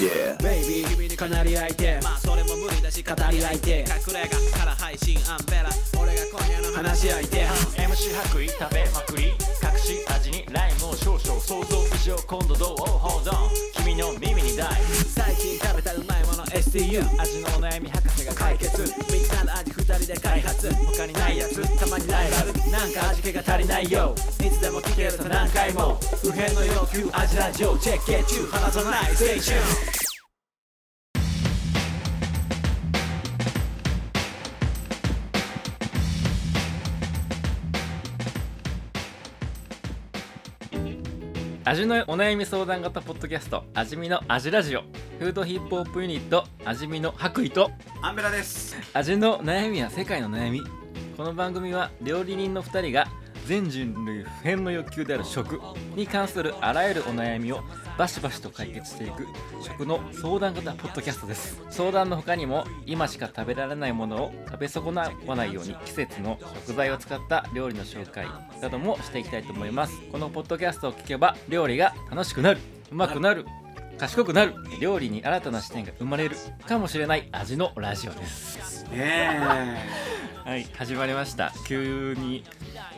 Yeah ベイビー君にかなり相手まあそれも無理だし語り合いて隠れ家から配信アンベラ俺が今夜の話話しし相合い手て MC 白衣食べまくり隠し味にライムを少々想像以上今度どう Hold on 君の耳に大最近食べたうまいもの STU 味のお悩み博士が解解決決みんなの味二人で開発他にないやつたまにライバルなんか味気が足りないよいつでも聞けると何回も不変の要求味ラジオチェックゲッチュー離さないステーション味のお悩み相談型ポッドキャスト味見の味ラジオフードヒップホップユニット味見の白衣とアンベラです味の悩みや世界の悩みこの番組は料理人の2人が全人類不変の欲求である食に関するあらゆるお悩みをバシバシと解決していく食の相談型ポッドキャストです相談の他にも今しか食べられないものを食べ損なわないように季節の食材を使った料理の紹介などもしていきたいと思いますこのポッドキャストを聞けば料理が楽しくなるうまくなる賢くなる料理に新たな視点が生まれるかもしれない味のラジオですねはい、始まりました。急に、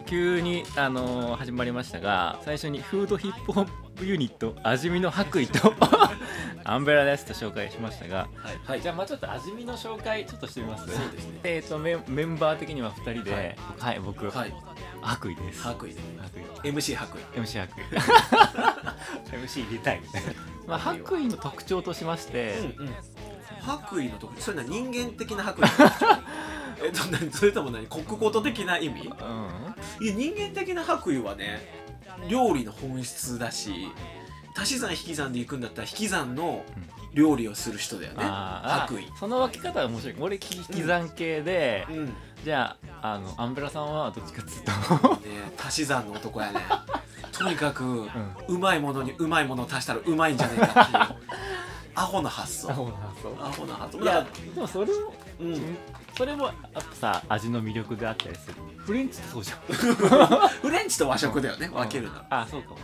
急に、あのー始まりましたが、最初にフードヒップホップユニット、味見の白衣と、 アンベラですと紹介しましたが、はいじゃあ、まあちょっと味見の紹介、ちょっとしてみますそうですね。えっ、とメン、メンバー的には2人で、はい、僕、はい白衣です。白衣で白衣 MC 白衣 MC 白 衣 MC 入れたいまあ白衣の特徴としまして、白衣の特徴それな人間的な白衣の特徴 えっと何それとも何国語と的な意味うんいや人間的な白衣はね料理の本質だし足し算引き算でいくんだったら引き算の料理をする人だよねあー白衣あその分け方は面白い俺引き算系で、うんねじゃああのアンブラさんはどっちかっつうと足し算の男 やねとにかく、うんまいものにうまいものを足したらうまいんじゃねえか っていうアホな発想アホな発想いやでもそれも、ううんん、それもやっぱさ味の魅力であったりするフレンチってそうじゃんフレンチと和食だよね分けるならあそうかもね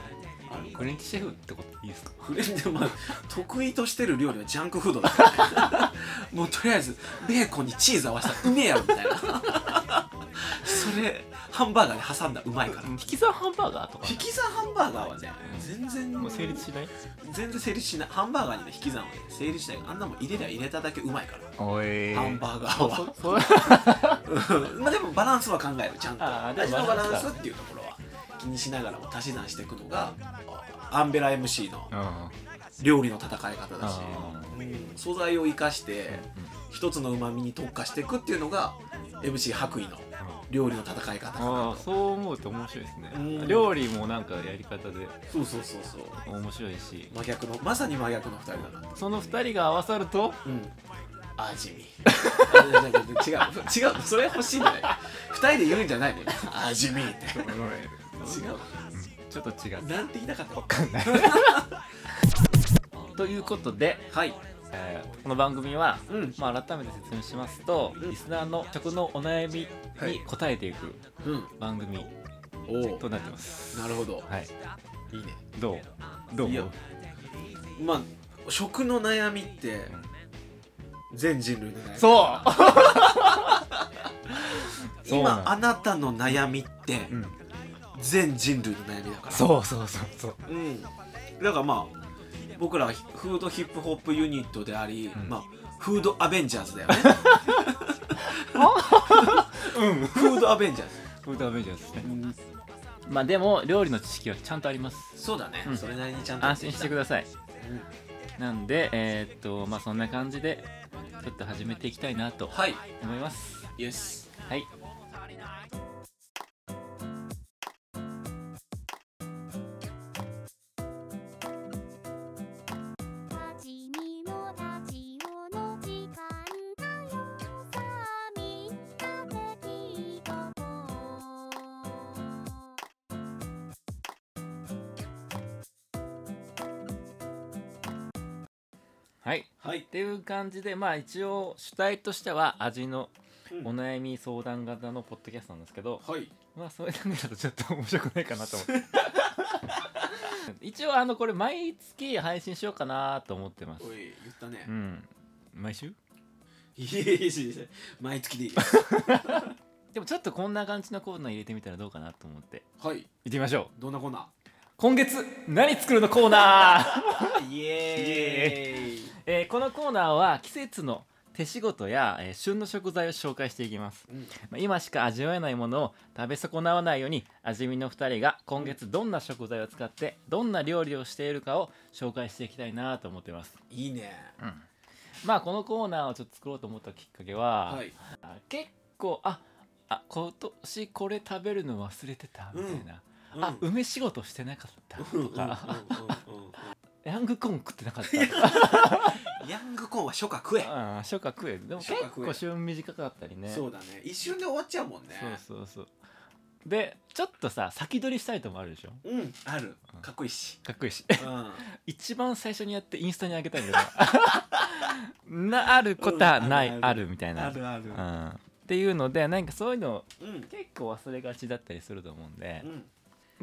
フレンチシェフってこといいですかフレンチまあ得意としてる料理はジャンクフードだ から、ね、もうとりあえずベーコンにチーズ合わせたらうめえやろみたいなそれハンバーガーで挟んだらうまいから引き算ハンバーガーとか引き算ハンバーガーはね全然もう成立しない全然成立しないハンバーガーにね引き算はね成立しないあんなもん入れりゃ入れただけうまいから、おいハンバーガーはそううんまあでもバランスは考えるちゃんあーとでも味のババラランンスだスっていうところは気にしながらも足し算していくのがアンベラ MC のうん料理の戦い方だしあうん素材を生かして一つのうまみに特化していくっていうのが MC 白衣の料理の戦い方かあなあそう思うと面白いですうんね料理もなんかやり方でそうそうそうそう面白いし真逆のまさに真逆の二人だなその2人が合わさるとうん味見あ違 う違う違うそれ欲しいんじゃない二人で言うんじゃないのよ味見って違うちょっと違うなんて言いたかった ということで、はいえーこの番組は、うんまあ、改めて説明しますと、リスナーの食のお悩みに答えていくうん番組おおとなってます。なるほどはい、いいねどうどういや思うまあ食の悩みって全人類の悩みそう そうな今のあなたの悩みってうん全人類の悩みだからそうそうそうそう。うん、だからまあ僕らはフードヒップホップユニットであり、んまあ、フードアベンジャーズだよ ねうん。フードアベンジャーズ、これダメじゃんですねう。ん、まあでも料理の知識はちゃんとあります。そうだね、うんそれなりにちゃんと安心してくだださい。さい、なんでえーっとまあそんな感じでちょっと始めていきたいなとはい思います。イエスはい。味にもラジオの時間だよさあみんなで聞いとこうはい。はいっていう感じでまあ一応主体としては味のうんお悩み相談型のポッドキャストなんですけど、はいまあそういうだけだとちょっと面白くないかなと思って 一応あのこれ毎月配信しようかなと思ってますおい言ったねうん毎週いいいいいい毎月 でいいですでもちょっとこんな感じのコーナー入れてみたらどうかなと思ってはい行ってみましょうどんなコーナ今月何作るのコーナーーイエーイえーこのコーナーは季節の手仕事や、えー旬の食材を紹介していきます、うんまあ今しか味わえないものを食べ損なわないように味見の2人が今月どんな食材を使ってどんな料理をしているかを紹介していきたいなと思ってますいいねまあこのコーナーをちょっと作ろうと思ったきっかけは、はいあ結構ああ今年これ食べるの忘れてたみたいな、うんあ梅仕事してなかったとか、うんうんうんヤングコーン食ってなかったヤングコーンは初夏食えああ初夏食えるでも初結夏食え構旬短かったりねそうだね一瞬で終わっちゃうもんねそうそうそうでちょっとさ先取りしたいともあるでしょうんあるかっこいい しかっこいいしうん一番最初にやってインスタに上げたいんだけどなあ ることはない、うんあるあるあるみたいなあるあるうん、っていうのでなんかそういうのうん結構忘れがちだったりすると思うんでう、ん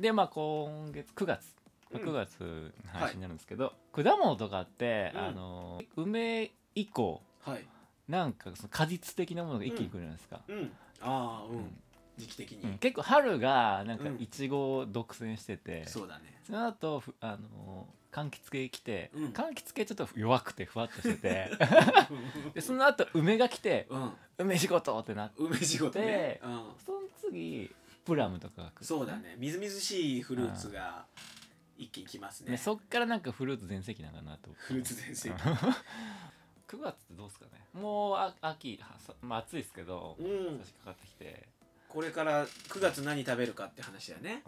でまあ今月9月まあうん9月の配信になるんですけど、果物とかって、うんあの梅以降はいなんかその果実的なものが一気にくるじゃないですか、うんああううんん時期的うんに結構春がなんかうんいちごを独占してて、そうだ ねその後ふあのー柑橘系来て、うん柑橘系ちょっと弱くてふわっとしてて でその後梅が来てうん梅仕事ってなって梅仕事ねでうんその次プラムとかが来るそうだねみずみずしいフルーツが一気にきますねねそっからなんかフルーツ全盛期なんかなとフルーツ全盛期 9月ってどうですかねもうあ秋はさまあ、暑いですけどうん差し掛かってきて、これから9月何食べるかって話だよね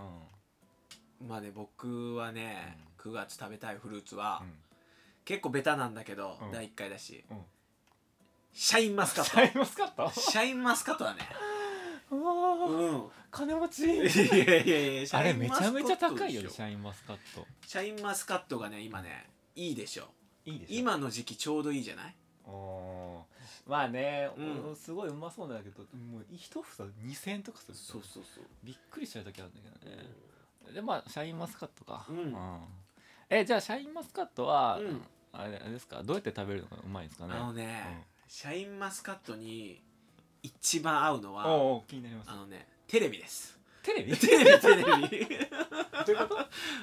うんまあね僕はね9月食べたいフルーツうはん、結構ベタなんだけどうん第1回だしうんシャインマスカシャッインマスカッ トトシャインマスカットだねう わーうん金持ちいやいやいやシあれャイめンマスカちゃットでしめょちゃ高いよねシャインマスカットシャインマスカットがね今ねいいでしょいいでしょ今の時期ちょうどいいじゃないおーまあね、うんおすごいうまそうなんだけどもう一房2000円とかするそうそうそうびっくりしちゃう時あるんだけどね、でまあシャインマスカットかうんえじゃあシャインマスカットは、うんあれあれですかどうやって食べるのがうまいんですかねあのねシャインマスカットに一番合うのおはうおう気になりますあのねテレビですテレ ビテレビテレビ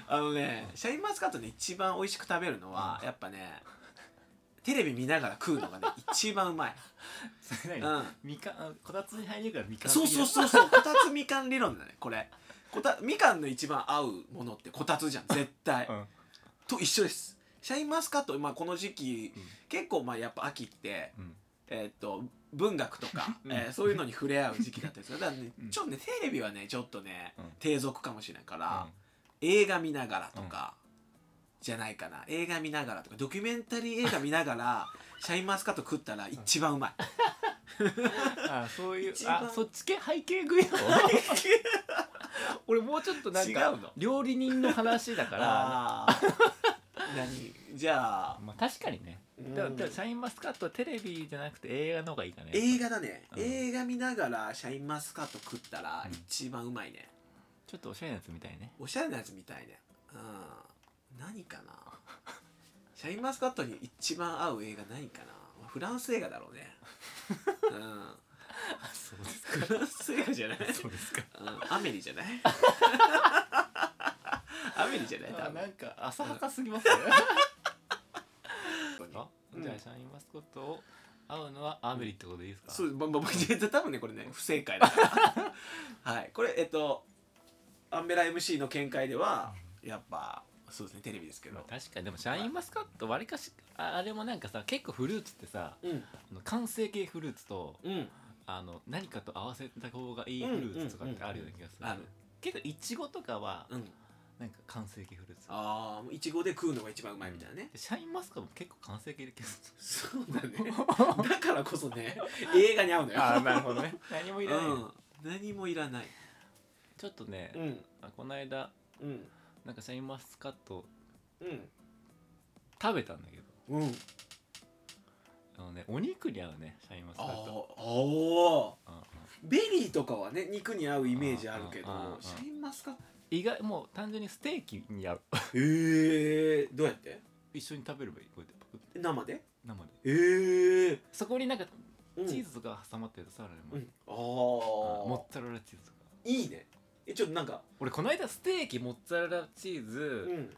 あのねシャインマスカットで一番美味しく食べるのはやっぱねテレビ見ながら食うのが ね一番うまいそれうん何 みかんこたつに入るからみかんそうそうそうそうこたつみかん理論だねこれこたみかんの一番合うものってこたつじゃん絶対、うんと一緒ですシャインマスカット、まあ、この時期、うん結構まあやっぱ秋って、うんえーっと文学とか、うんえーそういうのに触れ合う時期だったんですよだからね、うんちょっとねテレビはねちょっとね、うん低俗かもしれないから、う映画見ながらとか、じゃないかな映画見ながらとかドキュメンタリー映画見なが らシャインマスカット食ったら一番うまいんあそういう一番あそっち系背景食い の俺もうちょっとなん違かうの料理人の話だからあ ー何じゃあまあ確かにね。うんだだシャインマスカットはテレビじゃなくて映画の方がいいかね。映画だね、うん映画見ながらシャインマスカット食ったらうん一番うまいね、ちょっとおしゃれなやつみたいね。おしゃれなやつみたいねうん何かなシャインマスカットに一番合う映画何かなまあフランス映画だろうねうんそうですか。フランス映画じゃない、ううですか。ん、アメリじゃないアメリじゃない多分なんか浅はかすぎますね。 あうんじゃあシャインマスカットを合うのはアメリってことでいいですか。そう、ま、ま、ま、多分ね、これね、不正解だから。はい、これ、えっと、アンベラ MC の見解では、やっぱ、そうですね、テレビですけまどあ。確かにでもシャインマスカットわりかしああれもなんかさ結構フルーツってさうん、あの完成形フルーツとうん、あの何かと合わせた方がいいフルーツとかってあるような気がする。ある。結構いちごとかはうん。なんか完成形フルーツ。ああ、もういちごで食うのが一番うまいみたいなね。でシャインマスカットも結構完成形で気がすそる。うだね。 だからこそね、映画に合うのよ。なるほどね 何もいらない、うん。何もいらない。ちょっとね、ん、あこの間うん、なんかシャインマスカットうん、食べたんだけどうん。あのねお肉に合うねシャインマスカあッあ、トおお。うんうんベリーとかはね、肉に合うイメージあるけうんうんうんうど、んシャインマスカッ意外もう単純にステーキに合う ええどうやって一緒に食べればいいこうやってパクって生で生でええそこになんかうんチーズとか挟まってるとさらにも、ううんああモもッツァレラチーズとかいいねえちょっとなんか俺この間ステーキモッツァレラチーズ、うん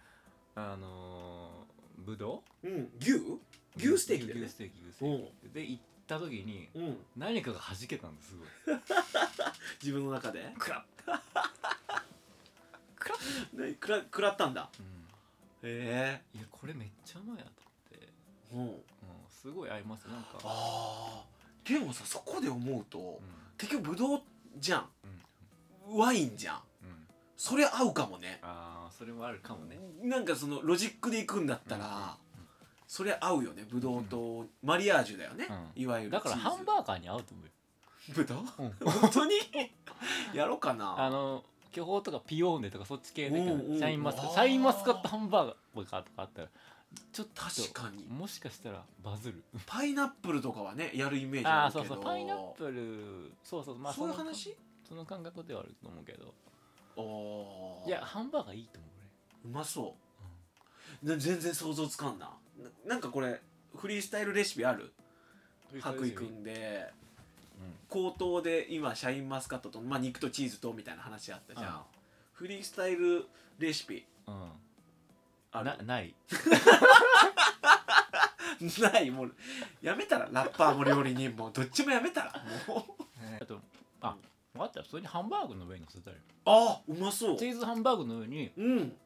あのー、ぶどうん牛う牛ステーキだよね牛ステーキ牛ステーキで行った時にうん何かが弾けたんですすごい自分の中でクラッ、ねくら食らったんだうん、えいやこれめっちゃうまいなと思って、えうんうん、すごい合いますなんかあーでもさそこで思うと、うん結局ブドウじゃんワインじゃんうんうんそれ合うかもねああそれもあるかもねなんかそのロジックでいくんだったら、それ合うよねブドウとマリアージュだよね、うんいわゆるだからハンバーガーに合うと思うよーブドウ、うん本当に やろうかなあの巨峰とかピオーネとかそっち系だけどうんうんシャインマスカッあートシャインマスカットハンバーガーとかあったらちょっと確かにもしかしたらバズるパイナップルとかはねやるイメージあああるけそどうそうパイナップルそうそうまあそういうの話その感覚ではあると思うけどおーいやハンバーガーいいと思うねうまそう、な全然想像つかんなななんかこれフリースタイルレシピある白衣くんで、うん口頭で今シャインマスカットと、まあ、肉とチーズとみたいな話あったじゃん、うんフリースタイルレシピうんあなるないないもうやめたらラッパーも料理人もどっちもやめたらもうあとあ分かった普通にハンバーグの上に乗せたらいいあうまそうチーズハンバーグの上にうん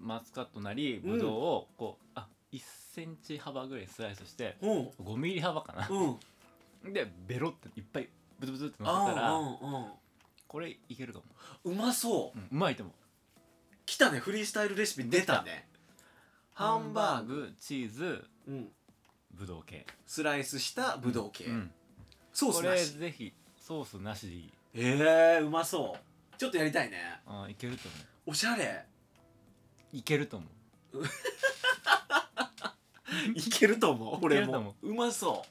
マスカットなりブドウをこう、あ1センチ幅ぐらいスライスしてうん5ミリ幅かなうんでベロっていっぱいブツブツって乗せたあらうんうんこれいけるかも、うまそうう、んうまいと思う来たねフリースタイルレシピ出たねハンバーグ、グチーズうん、ブドウ系、スライスしたぶどう系、うんソーこスれなしぜひソースなしでいいえー、うまそうちょっとやりたいねあいけると思おしゃれういけると思ういけると思う俺いけるとも思うまそ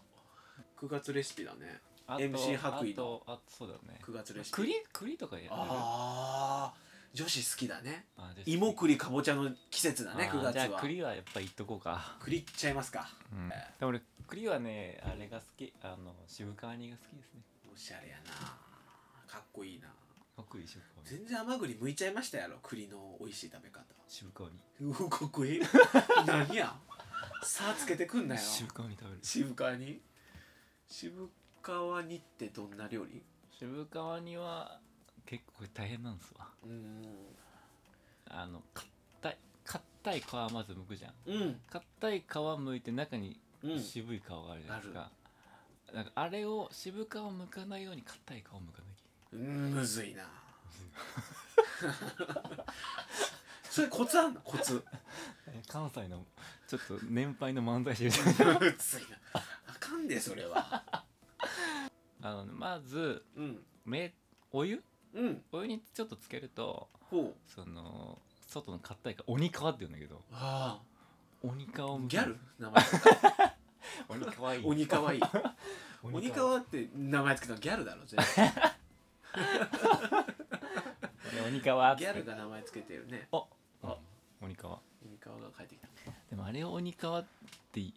う9月レシピだねあと MC 白衣あとあとそうだよね9月レシピ栗栗とかやるああ女子好きだねあじゃあ芋栗かぼちゃの季節だねあ9月じゃあは栗はやっぱいっとこうか、栗いっちゃいますかうん、でも俺栗はねあれが好きあの渋川煮が好きですねおしゃれやなかっこいいなかっこいい渋川煮全然甘栗むいちゃいましたやろ栗の美味しい食べ方渋川煮うわかっこい い何やさあつけてくんなよ渋川煮食べる渋川に渋川にってどんな料理渋川煮は結構これ大変なんですわうんあの硬い硬い皮まず剥くじゃんうん硬い皮剥いて中にうん渋い皮があるじゃないですか、なんかあれを渋皮を剥かないように硬い皮を剥かなきゃうんむずいなそれコツあんのコツえ関西のちょっと年配の漫才師みたいなむずいなあかんでそれはあのねまずうんめお湯うんお湯にちょっとつけるとほうその外の硬いか鬼皮って言うんだけどあ鬼皮をあむくギャル名前鬼皮いい鬼かわいい鬼鬼皮かわって名前つけたのギャルだろ全然鬼皮っギてャルが名前つけてるねああ鬼鬼皮かわが帰ってきたでもあれを鬼皮ってい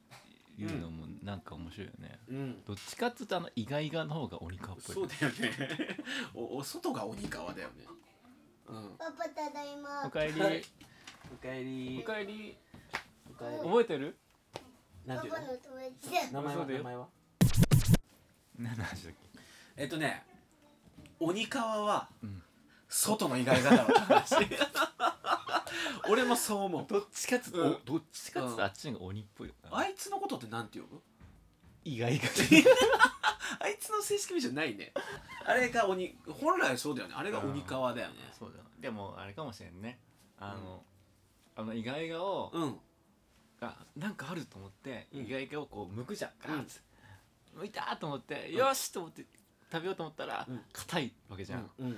うのもなんか面白いよね、うんどっちかっつうとあのイガイガの方が鬼皮っぽいそうだよね おお外が鬼かわだよねうんパパただいまおかえり、はいおかえりおかえりおかえ覚えてるなんていうの友達だ名前は嘘だよ名 前は何の話だっえっとね鬼川はけ、うん、外の意外だろうって話 俺もそう思う どっちかっつうと、うんおどっちかっつううんとあっちの方が鬼っぽいよなあいつのことってなんて呼ぶイガイガあいつの正式名じゃないねあれが鬼本来そうだよねあれが鬼川だよねそうだでもあれかもしれんねあの、あのイガイガを、うんあなんかあると思って、うんイガイガをこう剥くじゃんガーッつって、剥いたーと思って、よしと思って食べようと思ったらうん硬、いわけじゃん、えうん、ーっ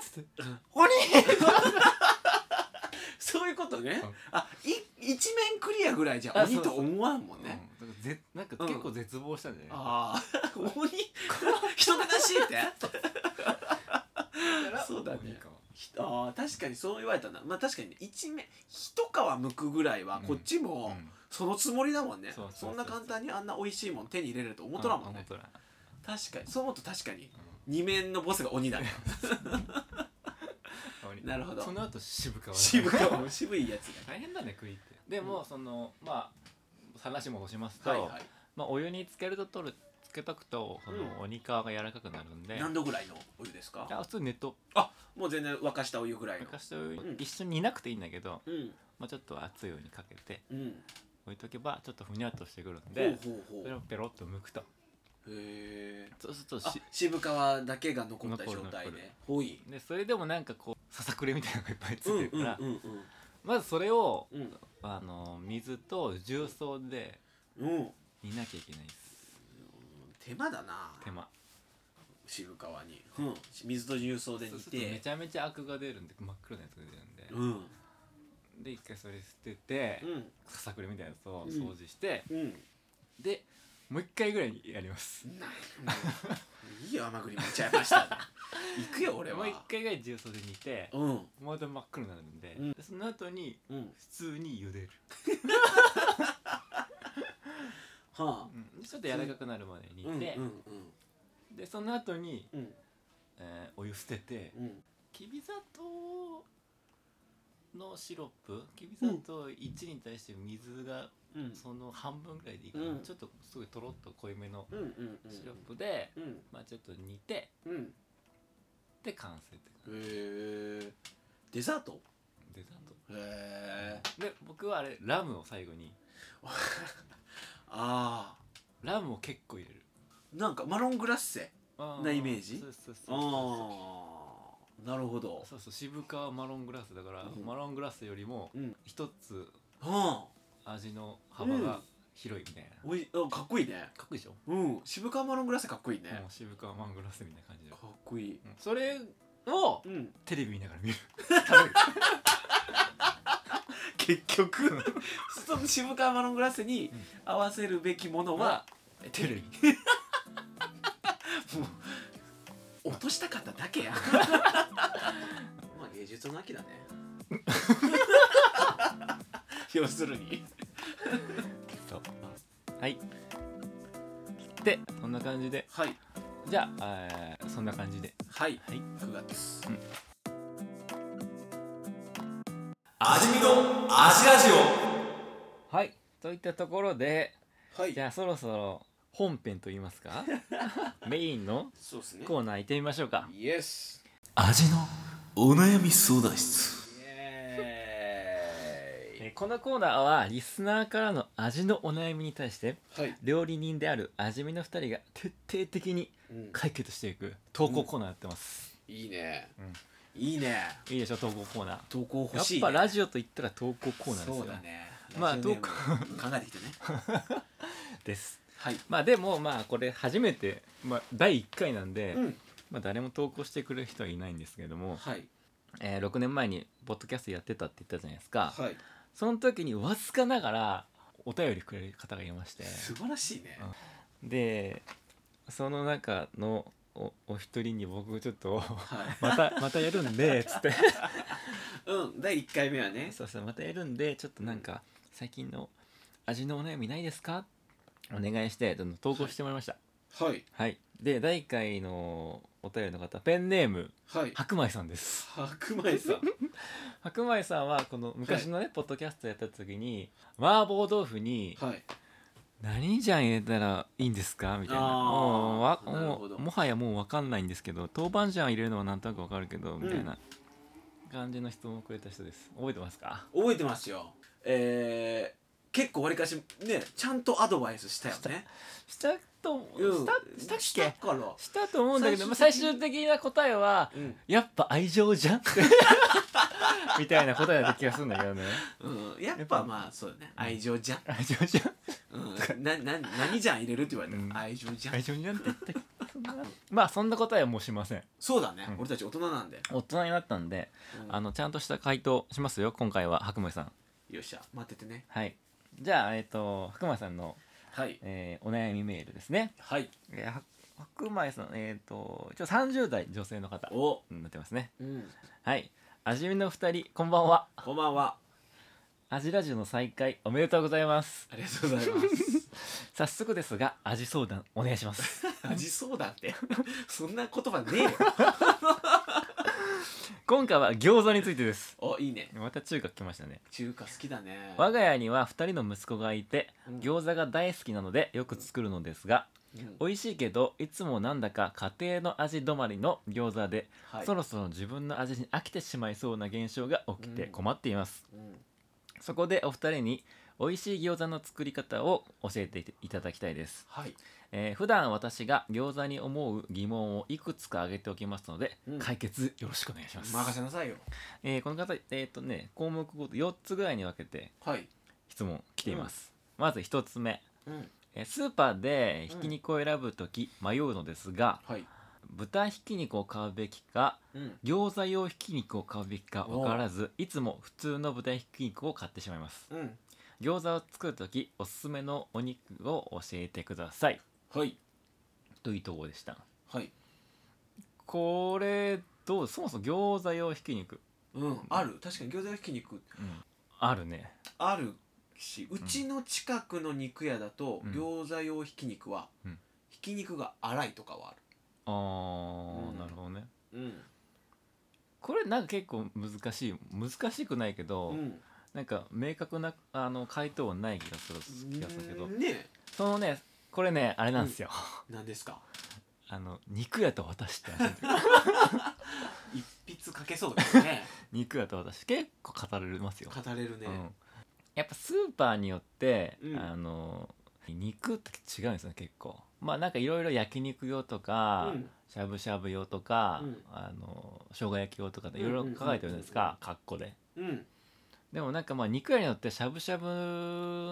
つって鬼そういうことねうんあい一面クリアぐらいじゃあ鬼とそうそう思わんもんねね、うん、だからぜなんか結構絶望したんだよね、ああ 鬼人悲しいってそうだね鬼かひあー確かにそう言われたなまあ確かにね一面一皮むくぐらいはこっちうもんそのつもりだもんね、そうそうそそうんな簡単にあんな美味しいもん手に入れれると思っとらんもんうね、本当だ確かにそう思うと確かに二面のボスが鬼だねなるほど その後渋川 渋い渋いやつ大変だね栗ってでも、そのまあ話も干しますと、がはいはいまあ、お湯につけると取るつけとくとこうんの鬼皮が柔らかくなるんで、何度ぐらいのお湯ですかあ普通熱湯あもう全然沸かしたお湯ぐらいの昔とお湯うん一緒にいなくていいんだけど、うんまあ、ちょっと熱いお湯にかけてうん置いとけばちょっとふにゃっとしてくるんほうでほうそほれうをペロッと剥くとへえそうするとあし渋皮だけが残った残状る態残るでほいでそれでもなんかこうささくれみたいなのがいっぱいついてるから、うんまずそれをうんうんあの水と重曹でうんうん煮なきゃいけないです手間だな手間渋川に、うん、水と重曹でそう煮するとめてちゃめちゃアクが出るんで真っ黒なやつが出るんで、うんうんで一回それ捨ててささくれみたいなやつを掃除して、うんでもう一回ぐらいにやりますなんだいいよ甘栗めっちゃやりました 行くよ俺もはう一回ぐらい重曹で煮てうんまた真っ黒になるんで,、うんでその後にうん普通に茹でる、はあでちょっと柔らかくなるまで煮うんうんうんて、でその後に、うんえーお湯捨ててうんきび砂糖のシロップきび砂糖1に対して水がうんその半分ぐらいでいいかな、うんちょっとすごいとろっと濃いめのうんうんシロップで、うんまあちょっと煮てうんで完成って感へえデザートじデザートへえで僕はあれラムを最後にあラムを結構入れるあなんかマロングラッセあなイメージそうそうそうそああなるほどうそうそう渋川マロングラスだから、うんマロングラスよりもうん一つは味の幅が広いみたいな、あおいあかっこいいねかっこいいでしょ、うん渋川マロングラッセかっこいいねもう渋川マングラスみたいな感じでか、っこいいうんそれをうんテレビ見ながら見る結局 その渋川マロングラッセに合わせるべきものはテレビ落としたかっただけ やまあ芸術の秋だね 要するにそう はいでそんな感じではいじゃあえーそんな感じではいはい9月味見の味ラジオはいといったところではいじゃあそろそろ本編と言いますかメインのそうですねコーナー行ってみましょうかイエス味のお悩み相談室イエーイえーこのコーナーはリスナーからの味のお悩みに対してはい、料理人である味見の2人が徹底的にうん、解決していく投稿コーナーやってます、いいね、うんいいねいいでしょ投稿コーナー投稿欲やしい、っぱラジオと言ったら投稿コーナーですよそうだねまあラジオネーム投考えてきてねです はいまあでもまあこれ初めて、まあ、第1回なんで、うんまあ、誰も投稿してくれる人はいないんですけれども、はいえー6年前にポッドキャストやってたって言ったじゃないですか、はいその時にわずかながらお便りくれる方がいまして素晴らしいねでその中のおお一人に僕ちょっと はいまたまたやるんでつってうん第1回目はねそうそうまたやるんでちょっとなんか最近の味のお悩みないですかお願いしてどんどん投稿してもらいましたはいはい、で第1回のお便りの方ペンネームはい白米さんです白米 さん白米さんはこの昔のね、ポッドキャストやった時に麻婆豆腐にはい何じゃん入れたらいいんですかみたいなあーもうわなるもほどうもはやもう分かんないんですけど豆板醤入れるのはなんとなく分かるけどみたいな感じの質問をくれた人です覚えてますか覚えてますよえー、結構わりかしねちゃんとアドバイスしたよねしたとうんしたしたっけからしたと思うんだけどまあ最最終終的な答えはうん、やっぱ愛情じゃん みたいな答えだった気がするんだけどねうん、やっぱまあそうだね愛情じゃん、 愛情じゃんうん、なな何じゃん入れるって言われたら、うん愛情じゃん愛情じゃんって言ったけどそんなまあそんな答えはもうしませんそうだね、うん俺たち大人なんで、大人になったんでうんあのちゃんとした回答しますよ今回は白米さんよっしゃ待っててねはい。じゃあ、えっ、と、白馬さんの、はいえーお悩みメールですね。はいえーは白米さんえっ、と一応30代女性の方お、うんなってますねうん、はい味見の二人こんばんはこんばんは味ラジオの再開おめでとうございますありがとうございます 早速ですが味相談お願いします 味そうだって そんな言葉ねえよ今回は餃子についてですおいいねまた中華来ましたね中華好きだね我が家には2人の息子がいてうん餃子が大好きなのでよく作るのですがうん美味しいけどいつもなんだか家庭の味止まりの餃子で、はいそろそろ自分の味に飽きてしまいそうな現象が起きて困っています、うんそこでお二人に美味しい餃子の作り方を教えていただきたいです、はいえー普段私が餃子に思う疑問をいくつか挙げておきますので、うん解決よろしくお願いします、任せなさいよえーこの方えっ、とね項目ごと4つぐらいに分けてはい質問来ています、まず1つ目うんえースーパーでうんひき肉を選ぶとき迷うのですが、はい豚ひき肉を買うべきかうん餃子用ひき肉を買うべきか分からずいつも普通の豚ひき肉を買ってしまいますうん餃子を作るときおすすめのお肉を教えてくださいはいというところでしたはいこれどうそもそも餃子用ひき肉、うんある確かに餃子のひき肉あるねあるしうちの近くの肉屋だと、うん餃子用ひき肉は、うんひき肉が粗いとかはああー、うんなるほどねるうんこれなんか結構難しい難しくないけど、うんなんか明確なあの回答はない気がする気がするけどねそのねこれねあれなんですよ、え何ですかあの肉屋と私って 一筆かけそうです ね肉屋と私結構語られますよ、語れるね、うんやっぱスーパーによって、うんあの肉って違うんですよね結構まあなんかいろいろ焼肉用とか、うんしゃぶしゃぶ用とか、うんあの生姜焼き用とかでいろいろ書かれてるじゃないですうんうんうんか格好でうんでもなんかまあ肉屋によってしゃぶしゃぶ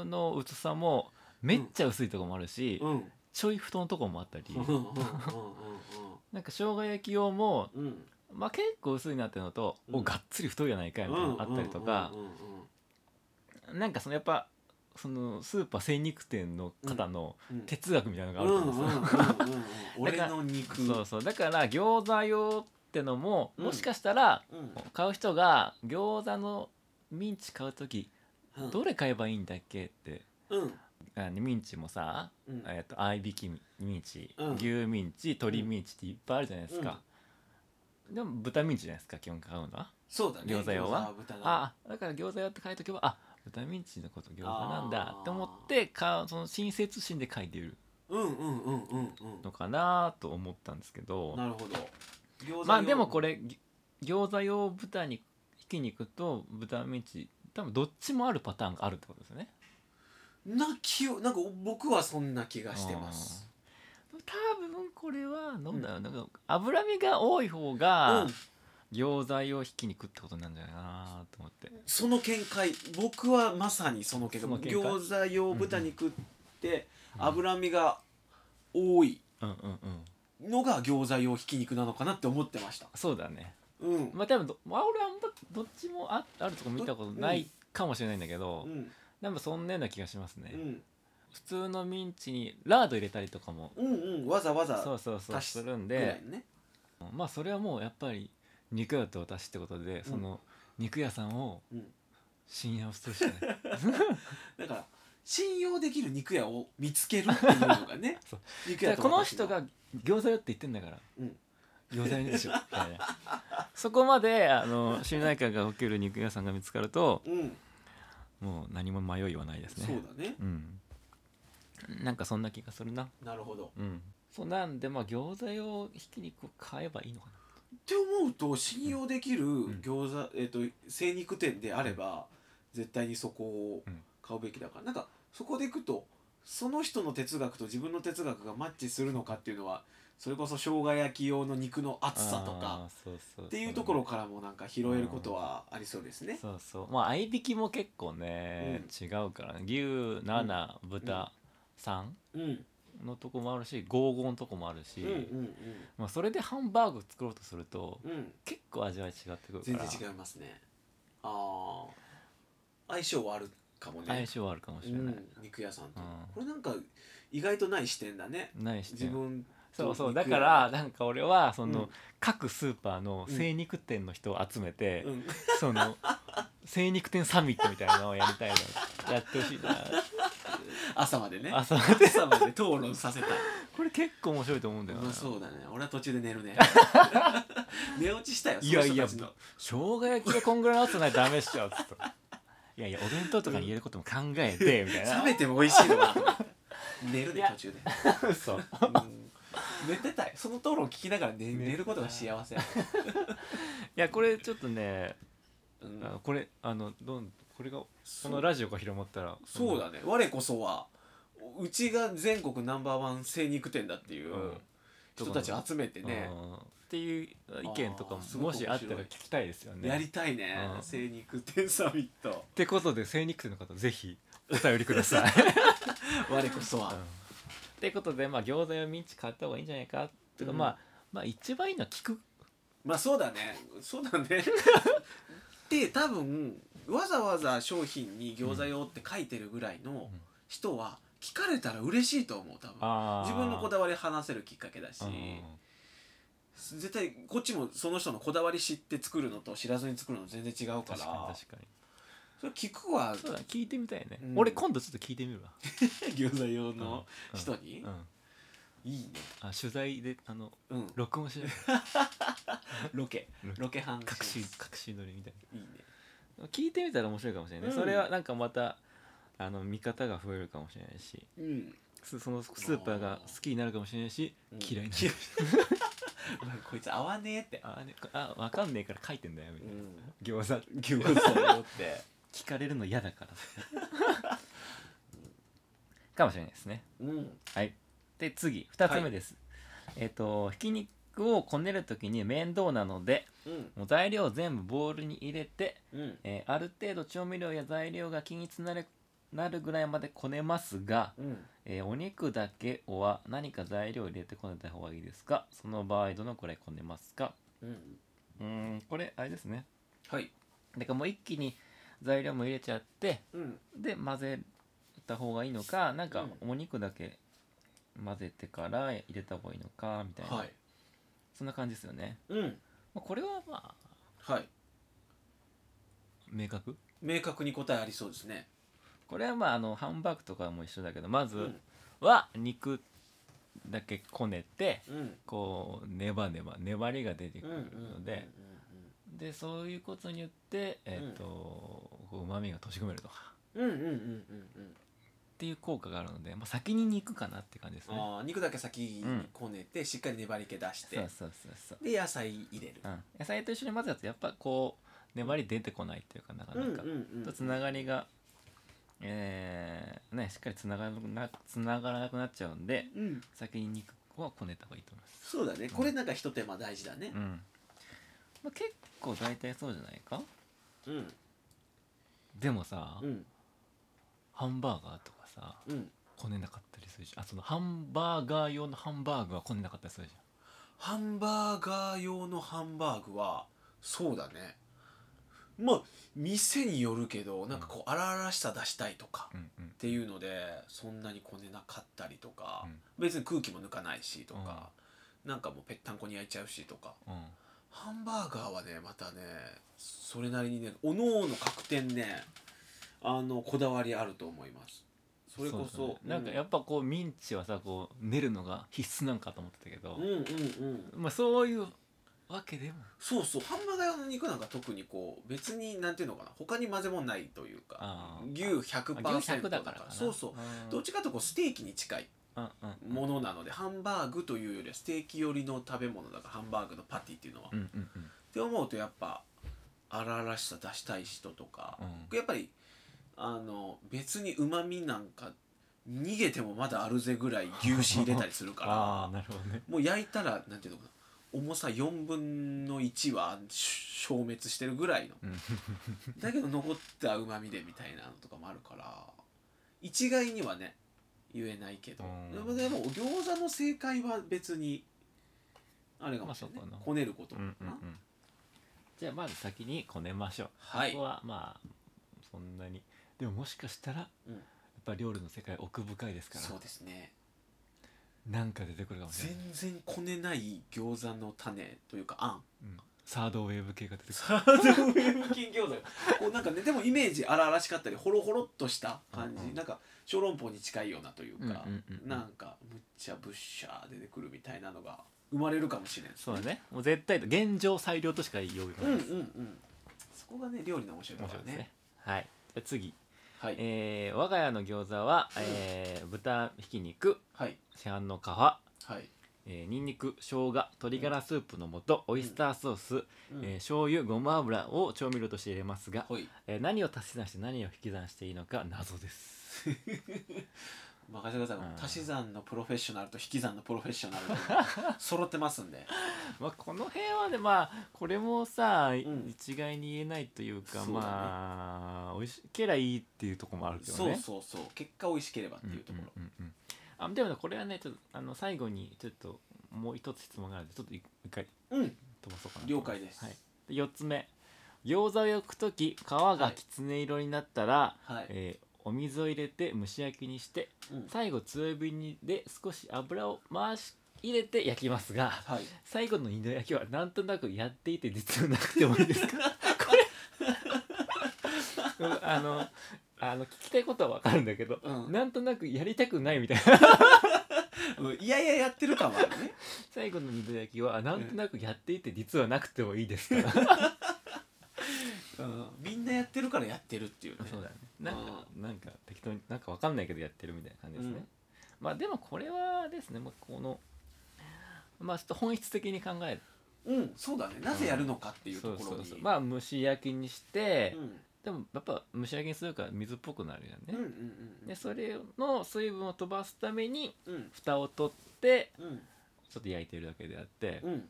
の薄さもめっちゃ薄いとこもあるし、うんうんちょい太のとこもあったり、うんうんなんか生姜焼き用もうんうんまあ結構薄いなっていうのと、うんおがっつり太いやないかいみたいなうのんあったりとかう、んうんうんなんかそのやっぱそのスーパー精肉店の方のうん哲学みたいなのがあうるんとうんうんう思うんんですよ、うん俺の肉そうそうだから餃子用ってのも、うんもしかしたらうん買う人が餃子のミンチ買う時うんどれ買えばいいんだっけってうんあのミンチもさ、うんえっと合いびきミンチ、うん牛ミンチ鶏ミンチっていっぱいあるじゃないですか、でも豚ミンチじゃないですか基本買うのはそうだね餃子用は餃豚だあだから餃子屋って書いとけばあ豚ミンチのこと餃子なんだって思ってかその親切心で書いているうんうんうんうんうのかなと思ったんですけんどなるほど餃子用まあでもこれぎ餃子用豚にひき肉と豚ミンチ多分どっちもあるパターンがあるってことですよねな気をなんか僕はそんな気がしてますうん多分これはなんだろう、なんか脂身が多い方がうん餃子用ひき肉ってことなんじゃないかなと思ってその見解僕はまさにその見解その見解餃子用豚肉って脂身が多いうんうんうんのが餃子用ひき肉なのかなって思ってましたそうだねうんまあ多分ど、まあ、俺はあんまどっちもああるとこ見たことないかもしれないんだけど、うんなんかそんなような気がしますね、うん普通のミンチにラード入れたりとかもうんうんわざわそうざそうそう足しするんぐらでいのねまあそれはもうやっぱり肉屋と私ってことで、その肉屋さんをうん信用してほ しいねだから信用できる肉屋を見つけるっていうのがね そう肉だからこの私人が餃子よって言ってんだから、うん餃子屋でし ょみたいなそこまであの信頼感が起きる肉屋さんが見つかるとうんもう何も迷いはないですねそうだねうんなんかそんな気がするななるほどっうんそうなんでまあ餃子用ひき肉を買えばいいのかなて思うと信用できる餃子、えっと精肉店であれば絶対にそこをうん買うべきだからなんかそこでいくとその人の哲学と自分の哲学がマッチするのかっていうのはそれこそ生姜焼き用の肉の厚さとかあーそうそうっていうところからもなんか拾えることはありそうですね。そうそうまあ合いびきも結構ね、違うからね牛7、豚3うん、のとこもあるし55のとこもあるし、うん、うん、まあ、それでハンバーグ作ろうとするとうん、うん、結構味わい違ってくる全から然違いますね。ああ、相性はあるかもね。相性はあるかもしれうない、ん、肉屋さんと、うんこれなんか意外とない視点だねないし自分そうそう肉だからなんか俺はそうの、ん各スーパーの精肉店の人を集めて、うんその精肉店サミットみたいなのをやりたいなやってほしいな朝までね朝まで朝まで討論させたいこれ結構面白いと思 うんだよな、まあそうだね俺は途中で寝る ね 寝落ちしたよいやいやその人たちの生姜焼きがこんぐらいの厚さないとダメっしょっつっていやいやお弁当とかに入れることも考 えてみたいな冷めても美味しいのかなと思 って寝るね途中で、そううん寝てたいその討論聞きながら寝寝ることが幸せ、いやこれちょっとねうんあこれあのどんこれがこのラジオが広まったらそうだね我こそはうちが全国ナンバーワン精肉店だっていううん人たちを集めてね、うんっていう意見とかあーすもごく面もし白いあったら聞きたいですよね。やりたいね、うん精肉店サミットってことで精肉店の方ぜひお便りください。我こそは、ってことでまあ餃子やミンチ買った方がいいんじゃないかとか、うんまあまあ一番いいのは聞く。まあそうだねそうだね で多分わざわざ商品に餃子用って書いてるぐらいのん人は聞かれたら嬉しいと思う多分あー自分のこだわり話せるきっかけだしう絶対こっちもその人のこだわり知って作るのと知らずに作るの全然違うんから確かに確かに。それ聞くわそうだ聞いてみたいね。うん俺今度ちょっと聞いてみるわ。餃子用の人うにん。いいねあ取材であのうん録音しない。ロケロケロケ班 隠し隠し撮りみたいな。いいね聞いてみたら面白いかもしれない、うんそれはなんかまたあの見方が増えるかもしれないしうんすそのスーパーが好きになるかもしれないしうん嫌いになる、お前こいつ合わねえってあねあ分かんねえから書いてんだよみたいな、 う餃子ん餃子用って聞かれるの嫌だから かもしれないですねうんはいで次2つ目です、えっ、とひき肉をこねる時に面倒なのでうんもう材料を全部ボウルに入れてうんえーある程度調味料や材料が均一になるなるぐらいまでこねますが、うんえーお肉だけは何か材料を入れてこねた方がいいですかその場合どのくらいこねますかうんうーんこれあれですねはいだからもう一気に材料も入れちゃってうんで混ぜた方がいいのかなんかうお肉だけ混ぜてから入れた方がいいのかみたいな、はいそんな感じですよね、うんまあこれはまあはい明確明確に答えありそうですねこれはまああのハンバーグとかも一緒だけどまず、うんは肉だけこねてうんこうネバネバ粘りが出てくうるんうんので、でそういうことによってえっ、とうまみが閉じ込めるとかうんうんうんうんうんうんっていう効果があるので、まあ、先に肉かなって感じですね。あー肉だけ先にこねてしっかり粘り気出しそうてそうそうそう、で野菜入れるうん、野菜と一緒に混ぜたとやっぱこう粘り出てこないっていうかなかなか、んとつながりが、えーね、しっかりつながらなつながらなくなっちゃうんでうん先に肉はこねた方がいいと思います。そうだねこれなんか一手間大事だねうんまあ、結構大体そうじゃないかうんでもさ、うんハンバーガーとかさうんこねなかったりするじゃんあそのハンバーガー用のハンバーグはこねなかったりするじハンバーガー用のハンバーグはそうだねまあ店によるけどなんかこう荒々しさ出したいとかゃんうんうんっていうのでそんなにこねなかったりとか、うん別に空気も抜かないしとか、なんかもうぺったんこに焼いちゃうしとかうんハンバーガーはねまたねそれなりにねおのおの各店ねあのこだわりあると思いますそれこそうだねなんかやっぱこうミンチはさこう練るのが必須なんかと思ってたけどうん、うんうんうんまあそういうわけでもそうそうハンバーガー用の肉なんか特にこう別になんていうのかな他に混ぜ物ないというかあー牛100%あ牛100だだからかかならそうそうどっちかというとこうステーキに近いうんうんうんものなので、ハンバーグというよりはステーキ寄りの食べ物だからハンバーグのパティっていうのは。うっんうんうんて思うとやっぱ荒々しさ出したい人とか、うやっぱりあの別にうまみなんか逃げてもまだあるぜぐらい牛脂入れたりする あかあなるほどねらもう焼いたらなんていうのかな重さ4分の1はし消滅してるぐらいのうんだけど残ったうまみでみたいなのとかもあるから一概にはね言えないけどうんでもでも餃子の正解は別にあれかもしれない、まあそうかなこねることうかんうなんうんじゃあまず先にこねましょうはこいこはまあそんなにでももしかしたら、うんやっぱ料理の世界奥深いですからそうですねなんか出てくるかもしれない、全然こねない餃子の種というかあんうん、サードウェーブ系が出てくるサードウェーブ菌餃子こうなんかねでもイメージ荒々しかったりホロホロっとした感じ、うんうんなんか小籠包に近いようなというか、うんうんうんうんなんかむっちゃブッシャー出てくるみたいなのが生まれるかもしれんそうだねもう絶対現状最良としか言いよううがんうなんい、うんそこがね料理の面白いと面こ白ろいだですねねはいじゃあ次、はい、えー、我が家の餃子は、えー、豚ひき肉はい市販の皮はい、えー、にんにく生姜鶏ガラスープの素オイスターソース、うんえー醤油ごま油を調味料として入れますが、ほいえー何を足し算して何を引き算していいのか謎です 任せてください、うん足し算のプロフェッショナルと引き算のプロフェッショナル が揃ってますんでまあこの辺はねまあこれもさ、ん一概に言えないというかそうだねまあ美味しけりゃいいっていうところもあるけどそうねそうそう結果美味しければっていうところ、んうんうんうんあでもねこれはねちょっとあの最後にちょっともう一つ質問があるんでちょっと一回うん飛ばそうかな了解ですはい、で4つ目餃子を焼く時皮がきつね色になったら、はいえーお水を入れて蒸し焼きにして、うん最後強火にで少し油を回し入れて焼きますが、はい最後の二度焼きはなんとなくやっていて実はなくてもいいですか これ うんあのあの聞きたいことはわかるんだけど、うんなんとなくやりたくないみたいなうんいやいややってる感はあるね最後の二度焼きはなんとなくやっていて実はなくてもいいですから うんみんなやってるからやってるっていうねそうだねなんかなんか適当になんかわかんないけどやってるみたいな感じですね、うんまあでもこれはですね、まあ、このまあちょっと本質的に考えるうんそうだねなぜやるのかっていうところに、そうそうそうまあ蒸し焼きにしうてん、、でもやっぱ蒸し焼きにするから水っぽくなるようんうんね、でそれの水分を飛ばすためにうんうん蓋を取ってうんちょっと焼いてるだけであって、うん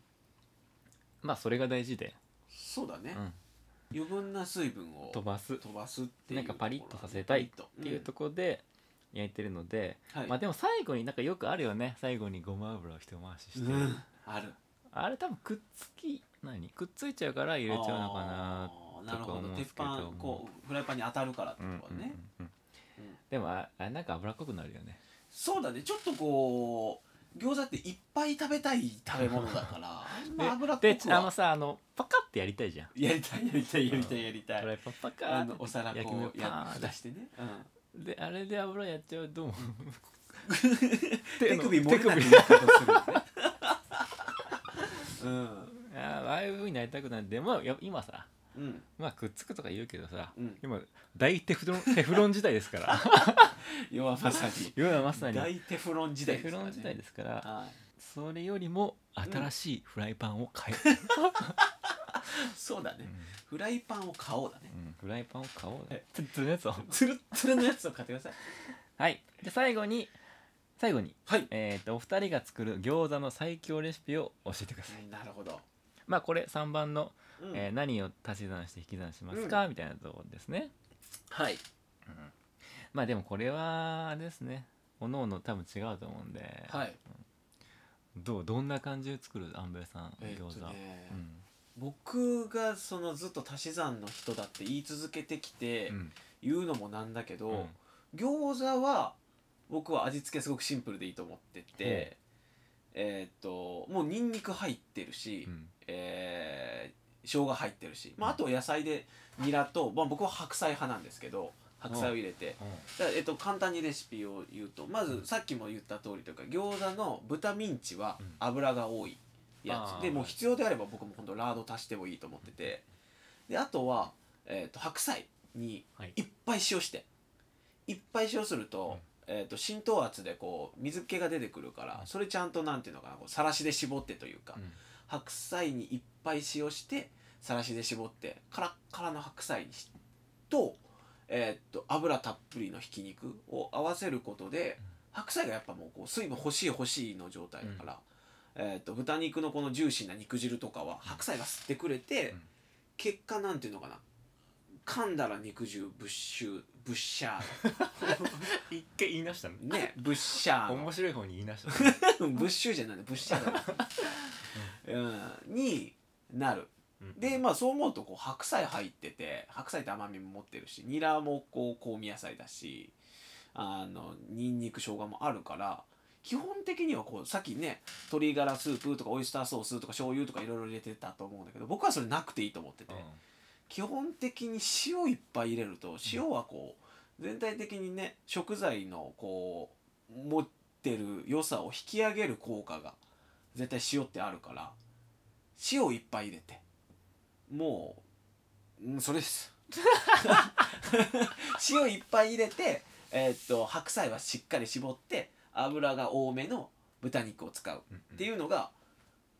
まあそれが大事で、そうだねう、ん余分な水分を飛ばす飛ばすっていうなんかパリッとさせたいっていうとこころで焼いてるので、ろはねまあパリッとでも最後になんかよくあるよね最後にごま油を一回しして、うんはい、うんあるあれ多分くっつき何くっついちゃうから入れちゃうのかあなーなるほとか思どうんで鉄すけど板こうフライパンに当たるからってうんうんことだね、うんううんんでもああれなんか脂っこくなるよねそうだねちょっとこう餃子っていっぱい食べたい食べ物だからあん でま脂っでこくあはのさあのパカってやりたいじゃんやりたいやりたいやりたいやりたフラいイパンパカあーのってお皿焼き目をこうやパーン出してね、うであれで油やっちゃうともん、手首も手首なありなことするよね ーああいう風になりたくないでもや今さうんうんまあくっつくとか言うけどさ、うん今大テフロンテフロン時代ですから 要はまさに要はまさに大テフロン時代テフロン時代ですすからからねはいそれよりも新しいフライパンを買え、 そうだね、フライパンを買おうだねうんフライパンを買おうよはいちょっとねそうつるっつるのやつを買ってくださいはい。で最後に最後に、はいえっ、とお二人が作る餃子の最強レシピを教えてください。なるほど、まあこれ3番の、うんえー何を足し算して引き算しますか、みたいなところですね。はいまあでもこれはあれですね。おのおの多分違うと思うんで、はいどうどんな感じで作る安部さんえ餃ーっ子、とねうん僕がそのずっと足し算の人だって言い続けてきてうん言うのもなんだけど、うん餃子は僕は味付けすごくシンプルでいいと思ってて、えーっともうニンニク入ってるし、うんえー生姜入ってるし、まあ、あと野菜でニラと、まあ、僕は白菜派なんですけど白菜を入れて、だからえっと、簡単にレシピを言うとまずさっきも言った通りというか餃子の豚ミンチはうん油が多いやあつーでもう必要であれば僕も本当ラード足してもいいと思っててであとは、えっと白菜にはいいっぱい塩していっぱい塩すると,、えっと浸透圧でこう水気が出てくるからそれちゃんとなんていうのかなこうさらしで絞ってというか、うん白菜にいっぱい塩してさらしで絞ってカラッカラの白菜にしと,、えーっと油たっぷりのひき肉を合わせることで白菜がやっぱもうこう水分欲しい欲しいの状態だから、えーっと豚肉のこのジューシーな肉汁とかは白菜が吸ってくれて、うん結果なんていうのかな噛んだら肉汁ブッシュブッシャー一回言いなしたの。ねブッシャーの面白い方に言いなした の。うんブッシュじゃないのブッシャーだなうん、になるうんでまあそう思うとこう白菜入ってて白菜って甘みも持ってるしニラもこう香味野菜だしあのニンニク生姜もあるから基本的にはこうさっきね鶏ガラスープとかオイスターソースとか醤油とかいろいろ入れてたと思うんだけど僕はそれなくていいと思ってて、基本的に塩いっぱい入れると塩はこう全体的にね食材のこう持ってる良さを引き上げる効果が絶対塩ってあるから塩いっぱい入れてもう、うん、それです塩いっぱい入れて、えーっと白菜はしっかり絞って油が多めの豚肉を使うっていうのが、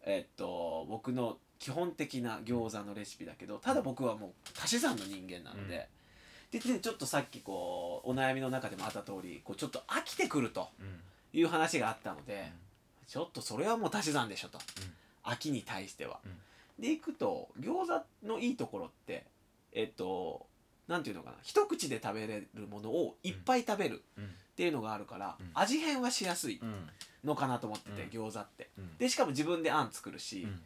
えっと僕の基本的な餃子のレシピだけどただ僕はもう足し算の人間なので、ででちょっとさっきこうお悩みの中でもあった通りこうちょっと飽きてくるという話があったので、ちょっとそれはもう足し算でしょと、飽きに対しては。でいくと餃子のいいところってえっとなんていうのかな一口で食べれるものをいっぱい食べるうんっていうのがあるから、うん味変はしやすいのかなと思ってて、うん餃子って。うんでしかも自分であん作るし、うん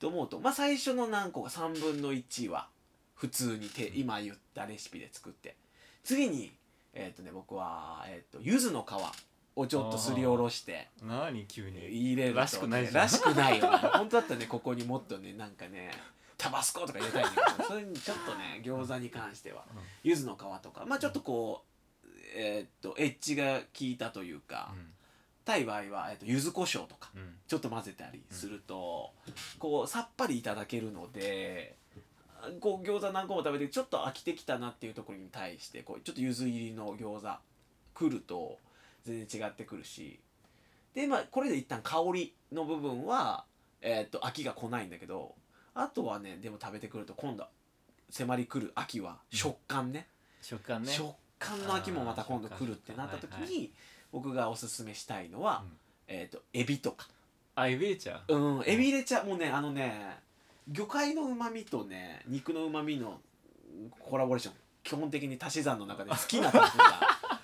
と思うと、まあ、最初の何個か3分の1は普通にて今言ったレシピで作って次にえっ、とね僕は、えっと柚子の皮をちょっとすりおろして何急に入れるとらしくないじゃんらしくないよね本当だったらねここにもっとねなんかねタバスコとか入れたいんだけ どそれにちょっとね餃子に関してはうん柚子の皮とかまあちょっとこうえっ、とエッジが効いたというか、たい場合は、えっと柚子胡椒とかうんうんちょっと混ぜたりすると、こうさっぱりいただけるのでこう餃子何個も食べてちょっと飽きてきたなっていうところに対してこうちょっと柚子入りの餃子来ると全然違ってくるしでまあこれで一旦香りの部分は、えーっと飽きが来ないんだけどあとはねでも食べてくると今度迫り来る秋は食感ね、食感ね食感の秋もまた今度来るってなった時に、あー食感はい僕がおすすめしたいのは、うんえーっとエビとか。あエビーちゃんうんエビ入れちゃもうねあのね魚介のうまみとね肉のうまみのうんコラボレーション基本的に足し算の 中で好きな足し算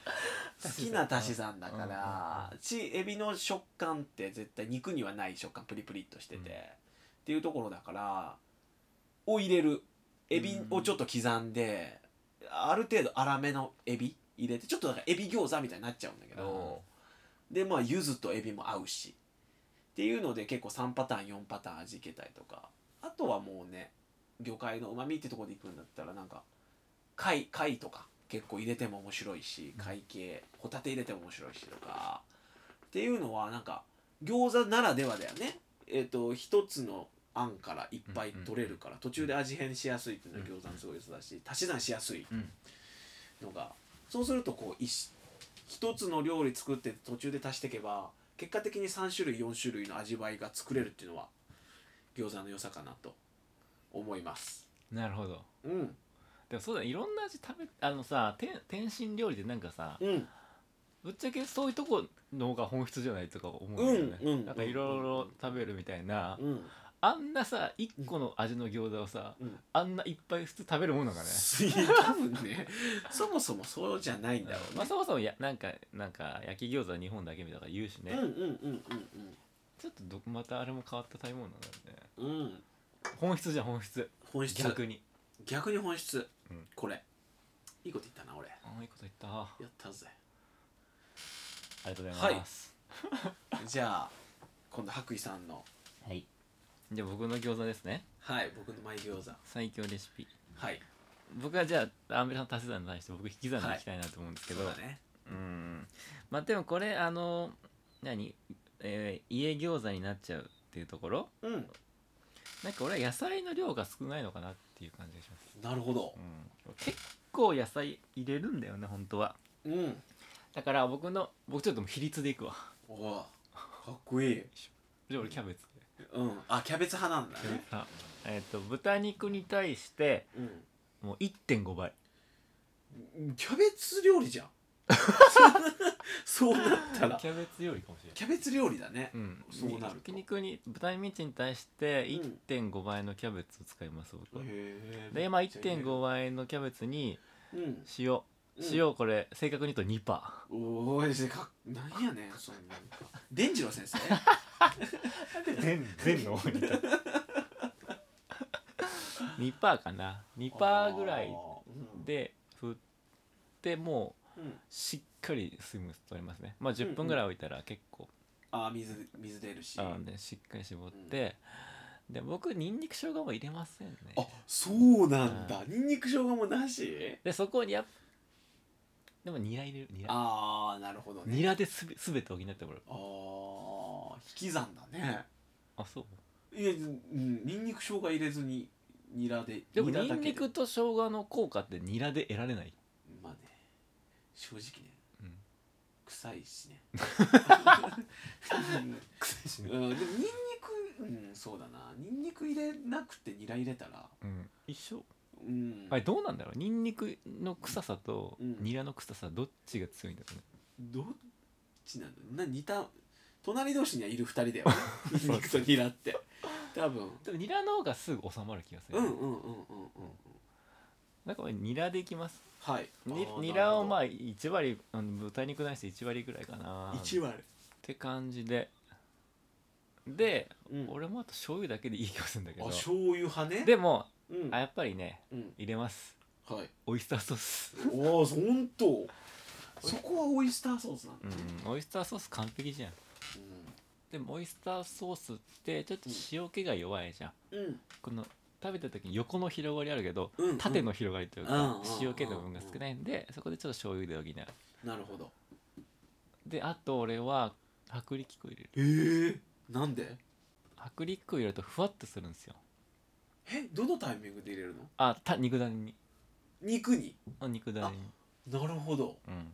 好きな足し算だから、しエビの食感って絶対肉にはない食感プリプリっとしてて、うんっていうところだからを入れるエビをちょっと刻んで、ある程度粗めのエビ入れてちょっとなんかエビ餃子みたいになっちゃうんだけど、でまあ柚子とエビも合うしっていうので結構3パターン4パターン味いけたりとかあとはもうね魚介のうまみってところでいくんだったらなんか貝貝とか結構入れても面白いし貝系ホタテ入れても面白いしとかっていうのはなんか餃子ならではだよねえっ、と一つのあんからいっぱい取れるから途中で味変しやすいっていうのは餃子のすごい良さだし足し算しやすいうんのがそうするとこう一一つの料理作って途中で足していけば結果的に3種類4種類の味わいが作れるっていうのは餃子の良さかなと思いますなるほどうんでもそうだねいろんな味食べあのさ天天津料理でなんかさうんぶっちゃけそういうとこの方が本質じゃないとか思うんだよね、うんうんなんかいろいろ食べるみたいな、うんあんなさ一個の味の餃子をさ、うんあんないっぱい普通食べるものがね、 多分ねそもそもそうじゃないんだろうまあねそもそもやなんかなんか焼き餃子は日本だけみたいなこと言うしね、うんうんうんちょっとどまたあれも変わった食べ物なんだよねうんうんうん本質じゃん本質本質逆に逆に本質、うんこれいいこと言ったな俺やああいいこと言ったあったぜりがとうございます、じゃあ今度白衣さんのじゃあ僕の餃子ですねはい僕のマイ餃子最強レシピはい僕はじゃあアンベラの足し算に対して僕引き算でいきたいなと思うんですけそど、うだねうんまあでもこれあの何、えー家餃子になっちゃうっていうところうんなんか俺は野菜の量が少ないのかなっていう感じがします、なるほどうん、結構野菜入れるんだよね本当はうんだから僕の僕ちょっともう比率でいくわおおかっこいいじゃあ俺キャベツうんあキャベツ派なんだねあえっ、と豚肉に対してもう1.5倍うんキャベツ料理じゃん そうなったらキャベツよりかもしれないキャベツ料理だねうん、そうなると焼肉に豚ミンチに対してうん1.5倍のキャベツを使います僕は、へで今1.5倍のキャベツにうん塩うん塩これ正確に言うと2パおおいしかなんやねんそんなんか伝次郎 先生ー全 全の方に2パーかな2パーぐらいあーうんで振ってもううんしっかり水分取りますねまあ10分ぐらい置いたら結構、ああ水水出るしあのねしっかり絞って、で僕にんにく生姜も入れませんねあそうなんだにんにく生姜もなしでそこにやっでもニラ入れるニラああなるほどねニラですべ全て補ってもらうああ引き算だねあそういやうんにんにく生姜入れずにニラででもニラにだんけにくと生姜の効果ってニラで得られないまあね正直ね、うん臭い しね 臭いしね、うん、でもにんにくうんそうだなにんにく入れなくてニラ入れたらうん一緒うん、あれどうなんだろうにんにくの臭さとうんニラの臭さどっちが強いんだろうねどっちなのな似た隣同士にはいる2人だ よねにんにくとニラって多分でもニラの方がすぐ収まる気がするうんね、うんうんうんうんだから俺ニラでいきますはいにニラをまああ1割あの豚肉ないし1割ぐらいかなっ1割て感じでで、うん俺もあと醤油だけでいい気がするんだけあど醤油派ねでも、うんあやっぱりねうん入れますはいオイスターソースおお本当そこはオイスターソースなんだ、うんオイスターソース完璧じゃんでもオイスターソースってちょっと塩気が弱いじゃん、うんうんこの食べた時に横の広がりあるけど、うんうん縦の広がりというか、うんうんうん塩気の部分が少ないんで、そこでちょっと醤油で補うなるほどであと俺は薄力粉入れるええなんで薄力粉入れるとふわっとするんですよえどのタイミングで入れるのあた肉だねに肉にあ肉だねになるほどうん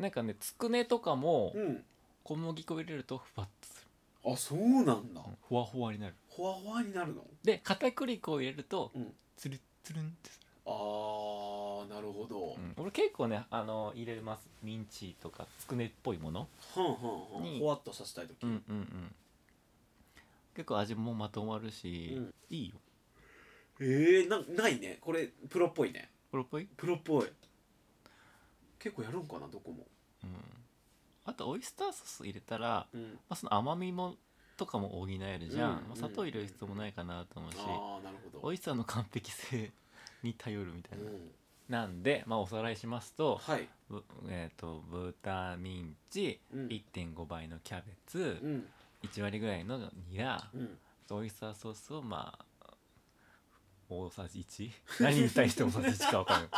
なんかねつくねとかもうん小麦粉入れるとふわっとする、あそうなんだ、ふわふわになるほわほわになるので片栗粉を入れるとうんつるつるんってすあーなるほど、る、うん、俺結構ねあの入れますミンチとかつくねっぽいものはんはんはんにほわっとさせたい時、うんうんうん結構味もまとまるし、うんいいよええなないねこれプロっぽいねプロっぽい、プロっぽい結構やるんかなどこもうん、あとオイスターソース入れたら、まうんあ、その甘みもとかも補えるじゃん、うんまあ砂糖入れる必要もないかなと思うし、ああなるほどおいしさの完璧性に頼るみたういん、な、なんで、まあ、おさらいしますと,はいぶ、えー、と豚ミンチ、うん1.5倍のキャベツ、うん1割ぐらいのニラ、うんオイスターソースをまあ大さじ 1? 何に対して大さじ1か分か んない、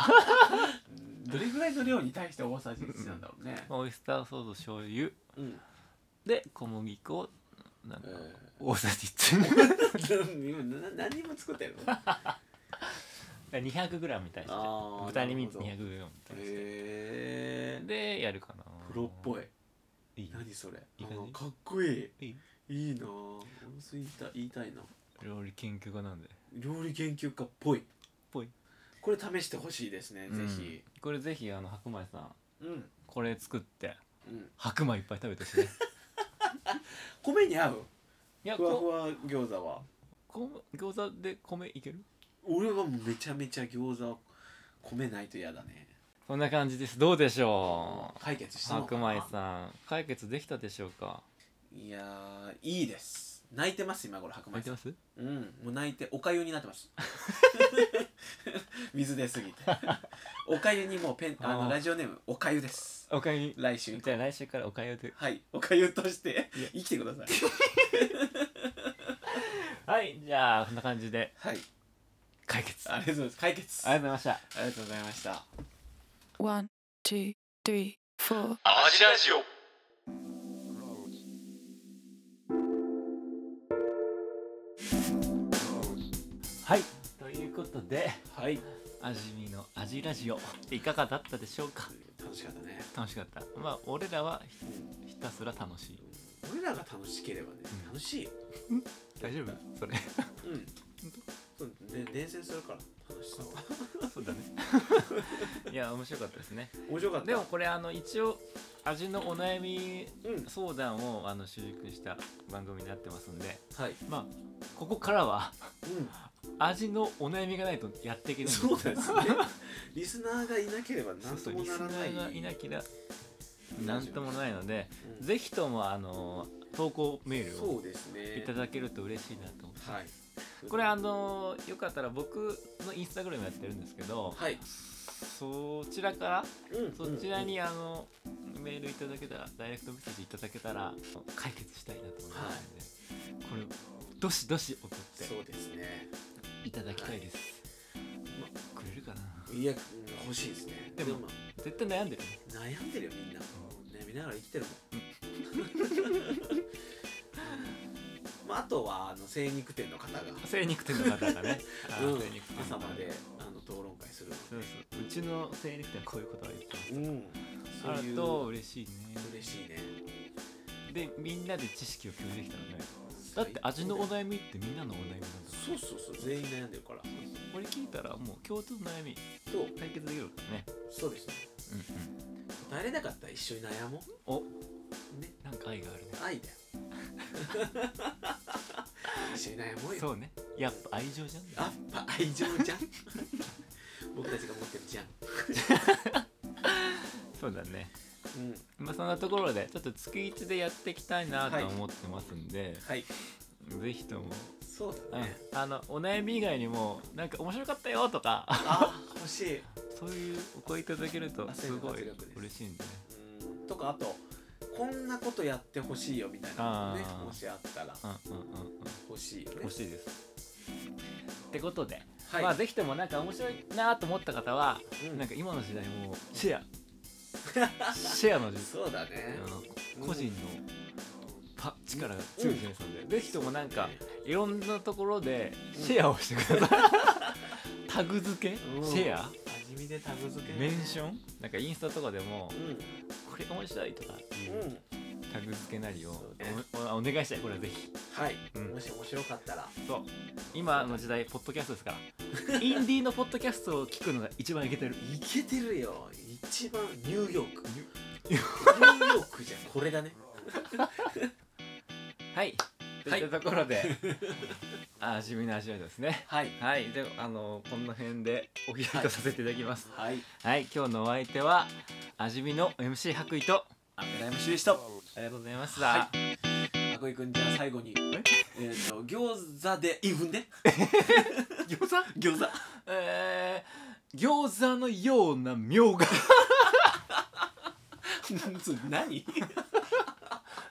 どれぐらいの量に対して大さじ1なんだろうねまあ、オイスターソース醤油うん で小麦粉なんかえ大さじ1 ー今な何も作ってるの 200g に対してあー豚にミンチな 200g るに対して、へえでやるかなプロっぽいいい何それいい感じあーかっこいいいいいいなぁ俺それ言いたい言いたいな料理研究家なんで料理研究家っぽいぽいこれ試してほしいですね、うんぜひこれぜひあの白米さんうんこれ作ってうん白米いっぱい食べてほしいね米に合ういやふわふこわ餃子はこ餃子で米いける俺はもうめちゃめちゃ餃子米ないと嫌だねそんな感じですどうでしょう解決したの白かな米さん解決できたでしょうかいやーいいです泣いてます今頃白入米ってさんますうんもう泣いておかゆになってます 水出すぎておかゆにもうペンああのーラジオネームおかゆですおかゆ来週じゃあ来週からおかゆではいおかゆとして生きてくださいはいじゃあこんな感じではい解決あありがとうございます解決りがとうございましたありがとうございました One, two, three, four. アジラジオはいということではい味見の味ラジオいかがだったでしょうか楽しかったね楽しかったまあ俺らはひひたすら楽しい俺らが楽しければね、うん楽しいよ大丈夫それうんそうね伝染するから楽しさはそう だねいや面白かったですね面白かったでもこれあの一応味のお悩みうん相談をあの主軸にした番組になってますんではいまあここからはう味のお悩みがないとやっていけんないんそうですねリスナーがいなければそ何うそとうもリスなナらないーがいなきゃなんともないのでうんぜひともあの投稿メールをそうですねいただけると嬉しいなと思ってはいこれあのよかったら僕のインスタグラムやってるんですけどはいそちらからうんそちらにあのメールいただけたらダイレクトメッセージいただけたら解決したいなと思いますので、これどしどし送っそうですねていただきたいです、まくれるかないや欲しいですねでも絶対悩んでるね悩んでるよみんな、ね、見ながら生きてるもん、 まあ、あとはあの精肉店の方が、精肉店の方がねあ うのん精肉店の朝方まであの討論会するのそうそううちの精肉店はこういうことは言ってますうんそうあいるうと嬉しいね嬉しいねでみんなで知識を共有できたらねだって味のお悩みってみんなのお悩みなんだからそうそうそう全員悩んでるからこれ聞いたらもう共通の悩みそう解決できるからねそうですねうん答えれなかったら一緒に悩もうおねなんか愛があるね愛だよ 一緒に悩もうよそうねやっぱ愛情じゃんやっぱ愛情 じゃん僕たちが持ってるじゃんそうだねうんまあそんなところでちょっと月1でやっていきたいなと思ってますんで、はいぜひとも、そううだんね、あのお悩み以外にもなんか面白かったよとか あ欲しいそういうお声いただけるとあすごそういいうの活力です嬉しいんでねうんとかあとこんなことやってほしいよみたいなのねあーもしあったらうんうんうんうん欲しいよね欲しいです。ってことで、はい、まあぜひともなんか面白いなと思った方は、うんなんか今の時代もうシェアシェアの時代そうだあねの個人のパ力が強い皆さんで、ぜひともなんかいろんなところでシェアをして ください、タグ付け、うんシェア味見でタグ付けメンションなんかインスタとかでもうんこれ面白いとかいううんタグ付けなりをそうねおおお願いしたいこれはぜひはい、うんもし面白かったらそう今の時代ポッドキャストですから インディーのポッドキャストを聞くのが一番いけてるいけてるよ一番ニューヨークニニューヨークじゃんこれだ ねはいはいといったところであ味見の味わいですねはいはいであのこの辺でお開きとさせていただきますはいはい、今日のお相手は味見の MC 白衣とあ羨ましいでしたありがとうございました、はあこいくんじゃあ最後にえっ、と餃子で言い分ね餃子 餃子えー、餃子のような妙が い それ何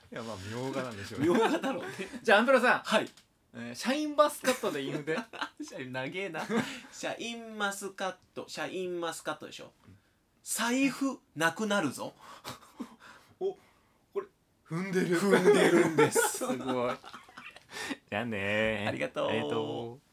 やまあ妙がなんでしょ洋画だろうねじゃあアンプラさん、はいえー、シャインバスカットで言うでシャイン長えなシャインマスカットシャインマスカットでしょ財布なくなるぞ 踏んでる踏んでるんです すごい。じゃあねーありがとうありがとう。